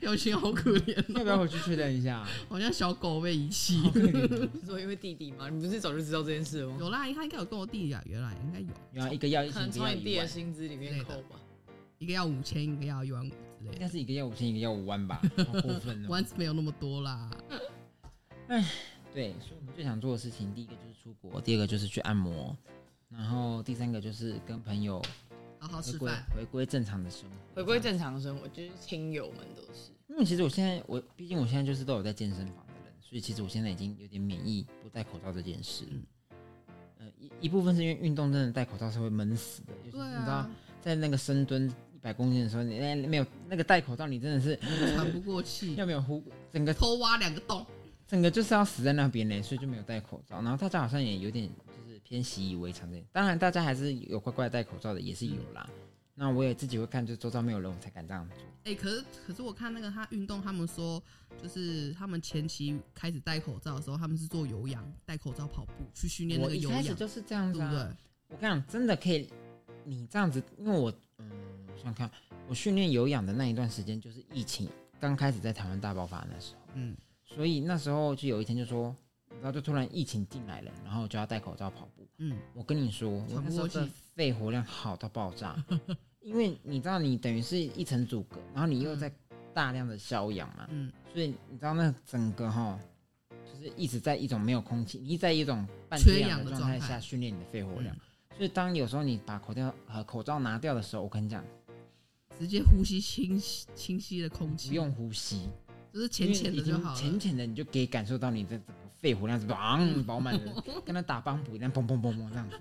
友情好可怜
要
哦，
不要回去确认一下？
好像小狗被遗弃。
好可怜 哦
是说因为弟弟嘛，你不是早就知道这件事了吗？
有啦，他应该有跟我弟啊，原来应该有
然后一个要一
可能
千，一个
从
要
你弟
一
的
万，
薪资里面扣吧。
一个要五千，一个要一万五之类
应
的。
该是一个要五千，一个要五万吧，好过分哦。
once 没有那么多啦，
对，所以我们最想做的事情，第一个就是出国，第二个就是去按摩，然后第三个就是跟朋友
好好
回
吃
归
饭。
回归正常的生活，
回归。正常生活，就是亲友们都是。
因为其实我现在，我毕竟我现在就是都有在健身房的人，所以其实我现在已经有点免疫不戴口罩这件事。
嗯
呃，一一部分是因为运动真的戴口罩是会闷死的，尤其
对
是你知道
啊，
在那个深蹲一百公斤的时候，你那没有那个戴口罩，你真的是
喘不过气
要，没有呼，整个
偷挖两个洞。
整个就是要死在那边嘞，所以就没有戴口罩。然后大家好像也有点就是偏习以为常的，当然大家还是有乖乖戴口罩的，也是有啦。
嗯
那我也自己会看，就周遭没有人，我才敢这样做。
哎、可是可是我看那个他运动，他们说就是他们前期开始戴口罩的时候，他们是做有氧，戴口罩跑步去训练那
我
个
一
有
开
氧，
始就是这样
对
子、
不
啊，
对？
我跟你讲，真的可以，你这样子，因为我嗯，我想想看，我训练有氧的那一段时间，就是疫情刚开始在台湾大爆发的那时候，
嗯，
所以那时候就有一天就说，然后就突然疫情进来了，然后就要戴口罩跑步。
嗯，
我跟你说，我
喘
那
不
时候
过
真的
气
肺活量好到爆炸， 因为你知道，你等于是一层阻隔，然后你又
嗯
在大量的消氧嘛，
嗯，
所以你知道那整个哈，就是一直在一种没有空气，你在一种半
缺
缺
氧
氧
的
的
状
状态
态嗯
下训练你的肺活量。所以当有时候你把口罩呃口罩拿掉的时候，我跟
嗯
你讲，
直接呼吸清晰清晰的空气，
不用呼吸，
就是浅浅
因为
的
已经
就好
浅
了。
浅的你就可以感受到你的整个肺活量是砰饱满 的，跟他打棒补一样，砰砰砰砰这样子。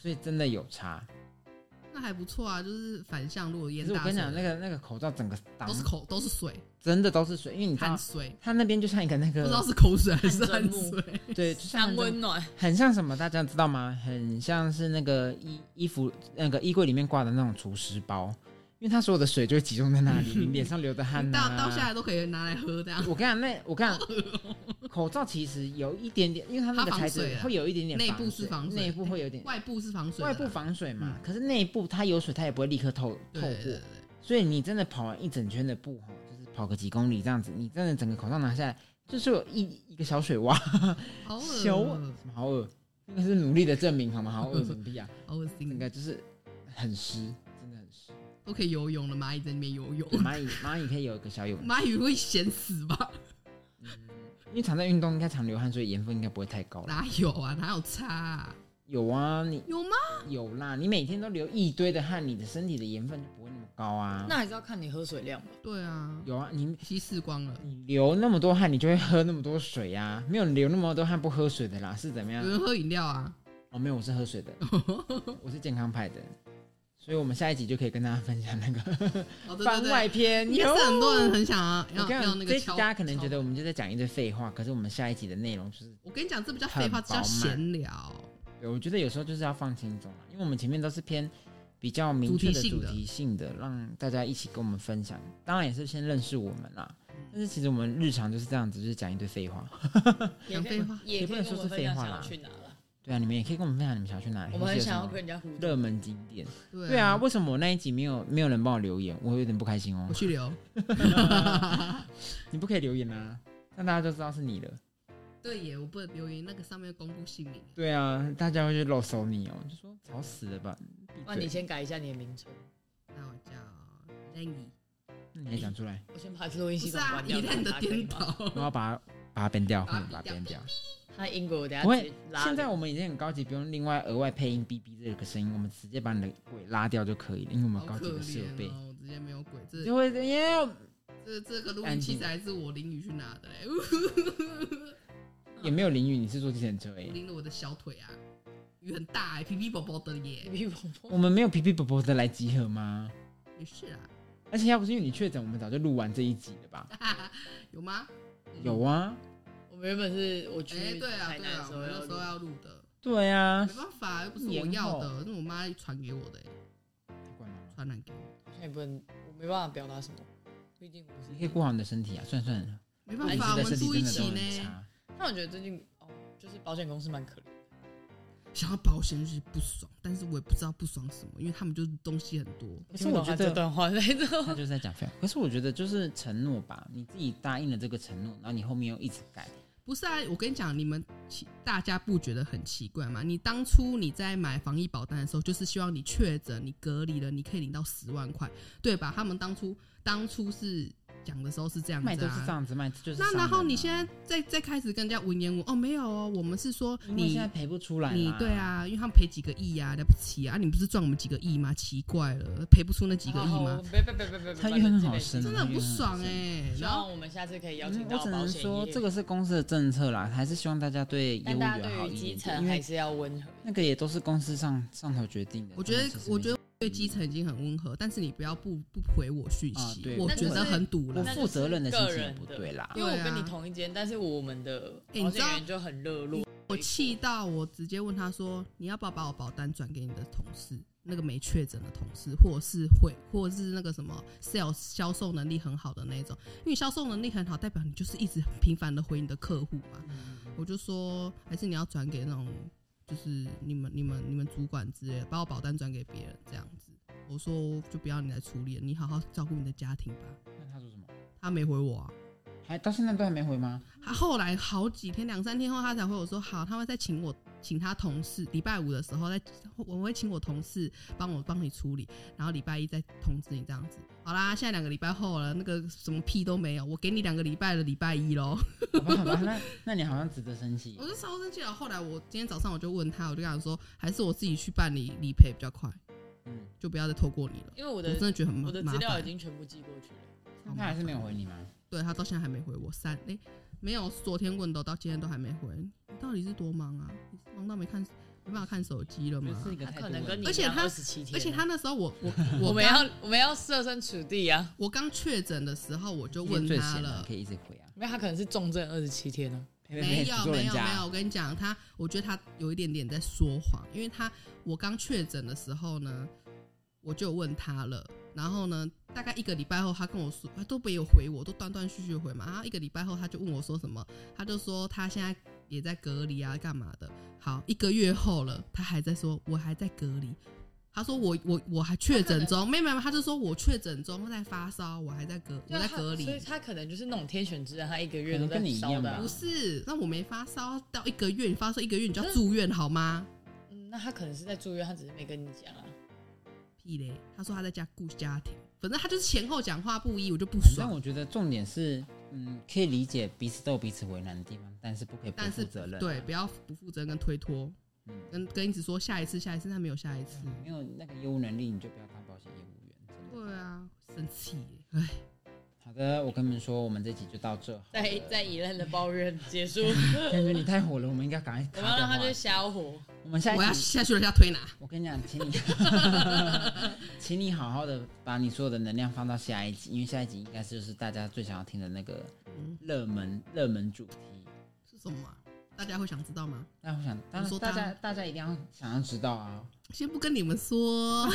所以真的有差。
那还不错啊，就是反向如果
其
淹
实我
大
跟
水
你，讲，那个那个口罩整个挡
都是口都是水，
真的都是水，因为你知道
汗水，
它那边就像一个那
不知道
个
是口水还是
汗
汗
蒸木
水。
对，就像
像
那种
温暖，
很像什么，大家知道吗？很像是那个衣衣服那个衣柜里面挂的那种厨师包，因为它所有的水就会集中在那里，你脸上流的 汗、啊、
倒倒下来都可以拿来喝，这样
我跟你讲，那我跟你讲，口罩其实有一点点，因为它那个
它防
材质
水啊
会有一点点
内
防
部是
水
防水
内部会有点
外部是防水的啦，嗯
外部防水嘛，可是内部它有水，它也不会立刻透透
对
过
对，对对
所以你真的跑完一整圈的步吼，就是跑个几公里这样子，你真的整个口罩拿下来，就是有一一个小水洼，
好恶
小什么好恶，那个是努力的证明好吗？好恶什 么屁啊！
好恶
应
心，
该就是很湿，真的很湿。
都可以游泳了，蚂蚁在里面游泳，
蚂蚁蚂蚁可以有一个小泳 池，
蚂蚁会咸死 吧？
因为常在运动，应该常流汗，所以盐分应该不会太高了。
哪有啊？哪有差、啊？
有啊，你
有吗？
有啦，你每天都流一堆的汗，你的身体的盐分就不会那么高啊。
那还是要看你喝水量吧。
对啊，
有啊，你
稀释光了。
你流那么多汗，你就会喝那么多水啊。没有流那么多汗不喝水的啦，是怎么样
有？人喝饮料啊？
哦，没有，我是喝水的，我是健康派的。所以我们下一集就可以跟大家分享那个
哦，对
番
对
外
对，
篇。
也是很多人很想要
我
要
跟
要
你讲，
那
这
个
一集
敲。
大家可能觉得
敲
我们就在讲一堆废话，可是我们下一集的内容就是，
我跟你讲，这不叫废话，
很
这叫
饱满
闲聊。
对我觉得有时候就是要放轻松啊，因为我们前面都是偏比较明确的
主题性
主
的
题性的，让大家一起跟我们分享。当然也是先认识我们啦，但是其实我们日常就是这样子，就是讲一堆废话。
也可
讲
以
废话
也可以跟我们分享想要去哪了。
对啊，你们也可以跟我们分享你们想要去哪里，
我们很
或是有
想要
什么
跟人家互动，
热门景点。
对
对啊，，为什么我那一集没有没有人帮我留言？我有点不开心哦
我。去 留。
你不可以留言啊，让大家都知道是你的。
对耶，我不能留言，那个上面公布姓名。
对啊，大家会去露手你哦，就说吵死了吧。闭
那你
嘴
先改一下你的名称，
那我叫 Lenny，
那你还讲出 来，
我先把录音
不
系
是
统
啊，
关
以
掉。
任的
大家可以
颠
吗
我
倒。
要把它把它编掉，
把它
嗯把它
逼掉
编掉。
他英国，我等下
不会
直接拉
现在
你
我们已经很高级，不用另外额外配音哔哔这个声音，我们直接把你的鬼拉掉就可以了，因为我们有
好
高级
可
的设备
怜。哦，直接没有鬼，这
就会耶，
这这个录音
安
器
静
材是我淋雨去拿的嘞，哎
也没有淋雨，你是坐计程车哎。
淋了我的小腿啊，雨很大哎，皮皮薄薄的耶，
比我
我们没有皮皮啵啵的来集合吗？
也是啊，
而且要不是因为你确诊，我们早就录完这一集了吧？
有吗？
有啊，
我们原本是我去
哎，对啊，
台
对
南
啊
的，时
我
候
们那时候
要
要录的，
对啊
没，办法，又不是我要的，是我妈传给我的耶，
管妈妈
传染给我，
录，也不能，我没办法表达什么，毕竟我是
你可以顾好你的身体啊，算算了，
没
艾
办
斯
法，我
的
们
身体
住一
真的都
起
很
呢。
差。
但我觉得最近哦，就是保险公司蛮可怜的，
想要保险就是不爽，但是我也不知道不爽什么，因为他们就是东西很多。
可是我
听不懂他
觉
这
得
段话在这
他就是在讲废话。可是我觉得就是承诺吧，你自己答应了这个承诺，然后你后面又一直改，
不是啊，我跟你讲，你们奇大家不觉得很奇怪吗？你当初你在买防疫保单的时候，就是希望你确诊、你隔离了，你可以领到十万块，对吧？他们当初当初是讲的时候是这样子
卖
啊。
都是这样子卖，就是
那
商
然后
人啊
你现在再再开始跟人家文言文哦，没有哦，我们是说
因为
你
现在赔不出来啦，
你对啊，因为他们赔几个亿啊，了不起啊，啊你不是赚我们几个亿吗？奇怪了，赔不出那几个亿
哦
吗？？
别别别别别，
他怨好深
啊
真的很不爽哎、
希
然后
望我们下次可以邀
嗯。
请
我
到
只
保
能
险
说，
业
这，个是公司的政策啦，还是希望大家对业
但
务
大
员
家
好
对于
一
基
点
层
点，因
还
为
是要温和。
那个也都是公司上上头决定的。
我觉得
他们其，实
我
没
觉得对基层已经很温和，但是你不要不不回我讯
啊
息，
对
我
那
觉
就
得
是
很堵
我
了。
负责任的心情也
那就是个
不
人的
对啦，
因为
对啊
我跟你同一间，但是我们的
哎
保
你知
险
道
员就很热络。
我气到我直接问他说：“你要不要把我保单转给你的同事？那个没确诊的同事，或者是会，或者是那个什么 sales 销售能力很好的那种，因为销售能力很好，代表你就是一直很频繁的回你的客户嘛。”
嗯
我就说：“还是你要转给那种，就是你们、你们、你们主管之类的，把我保单转给别人这样子。”我说：“就不要你来处理了，你好好照顾你的家庭吧。”
那他说什么？
他没回我啊。
还到现在都还没回吗？
他后来好几天，两三天后，他才回我说好，他会再请我，请他同事，礼拜五的时候再，我会请我同事帮我帮你处理，然后礼拜一再通知你这样子。好啦，现在两个礼拜后了，那个什么屁都没有，我给你两个礼拜的礼拜一喽。
好吧，好吧，那那你好像值得生气
我。就超生气了。后来我今天早上我就问他，我就跟他说，还是我自己去办理理赔比较快，
嗯，
就不要再透过你了。
因为我
我
的
真的觉得很麻
我的
麻
资
烦
料已经全部寄过去了，
那
嗯
他还是没有回你吗？
对他到现在还没回我三哎、没有，昨天问的到今天都还没回，你到底是多忙啊？你是忙到没看没办法看手机了
我觉
吗
得？是一个
他
态
可
度
能跟
问
你
题
而且他
二十七天，
而且他那时候我我
我
我
们
刚
要我们要设身处地啊，
我刚确诊的时候我就
一天
问
最
他
闲了，
了
可，以一直回啊。
因为他可能是重症二十七天啊呢、
没
没有没有没有，，我跟你讲，他我觉得他有一点点在说谎，因为他我刚确诊的时候呢，我就有问他了，然后呢，大概一个礼拜后，他跟我说，他都没有回我，都断断续续回嘛，然后一个礼拜后他就问我说什么，他就说他现在也在隔离啊，干嘛的？好，一个月后了，他还在说，我还在隔离。他说我我我还确诊中，没有没有，他就说我确诊中在发烧，我还在隔我
就
在
他
隔离，
所以他可能就是那种天选之人，他一个月
可
都
能
在
跟你一
烧
样
的、
吧
啊
不。是，那我没发烧到一个月，你发烧一个月你就要住院好吗？
嗯，那他可能是在住院，他只是没跟你讲啊。
屁嘞！他说他在家顾家庭，反正他就是前后讲话不一，我就不
反正
爽。
我觉得重点是，嗯，可以理解彼此都有彼此为难的地方，但是不可以不
但
负
是
责任。啊
对，，不要不负责任跟推脱，
嗯，
跟跟一直说下一次下一次，他没有下一次。
没有那个业务能力，你就不要当保险业务员。真的
对啊，生气耶！哎，
好的，我跟你们说，我们这集就到这好了。
在在一愣的抱怨结束，
感觉你太火了，我们应该赶
我
快
们要
卡掉
让
话
他去
题。
消火。
我们下
哎我
一
要
集，
下去了，要推拿。
我跟你讲，请你， 请你好好的把你所有的能量放到下一集，因为下一集应该是就是大家最想要听的那个
嗯，
热门热门主题。
是什么啊、大家会想知道吗？
那我想，当
你说
然大
当
家大家一定要想要知道啊。
先不跟你们说，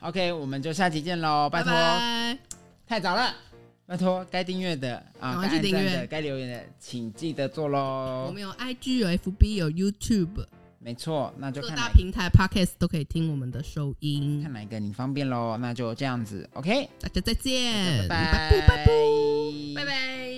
OK，我们就下集见喽，拜
拜
托，
拜。
太早了，拜托，该订阅的啊，
赶快
该
去
按
订
赞的，
阅
该留言的，请记得做
我
喽。
们有 IG，有 FB，有 YouTube，
没错，那就
各
看
大
哪
平台 Podcast 都可以听我们的收音
看。哪一个你方便喽，那就这样子，OK，
大家再见，
嗯拜
拜拜拜拜。
拜拜。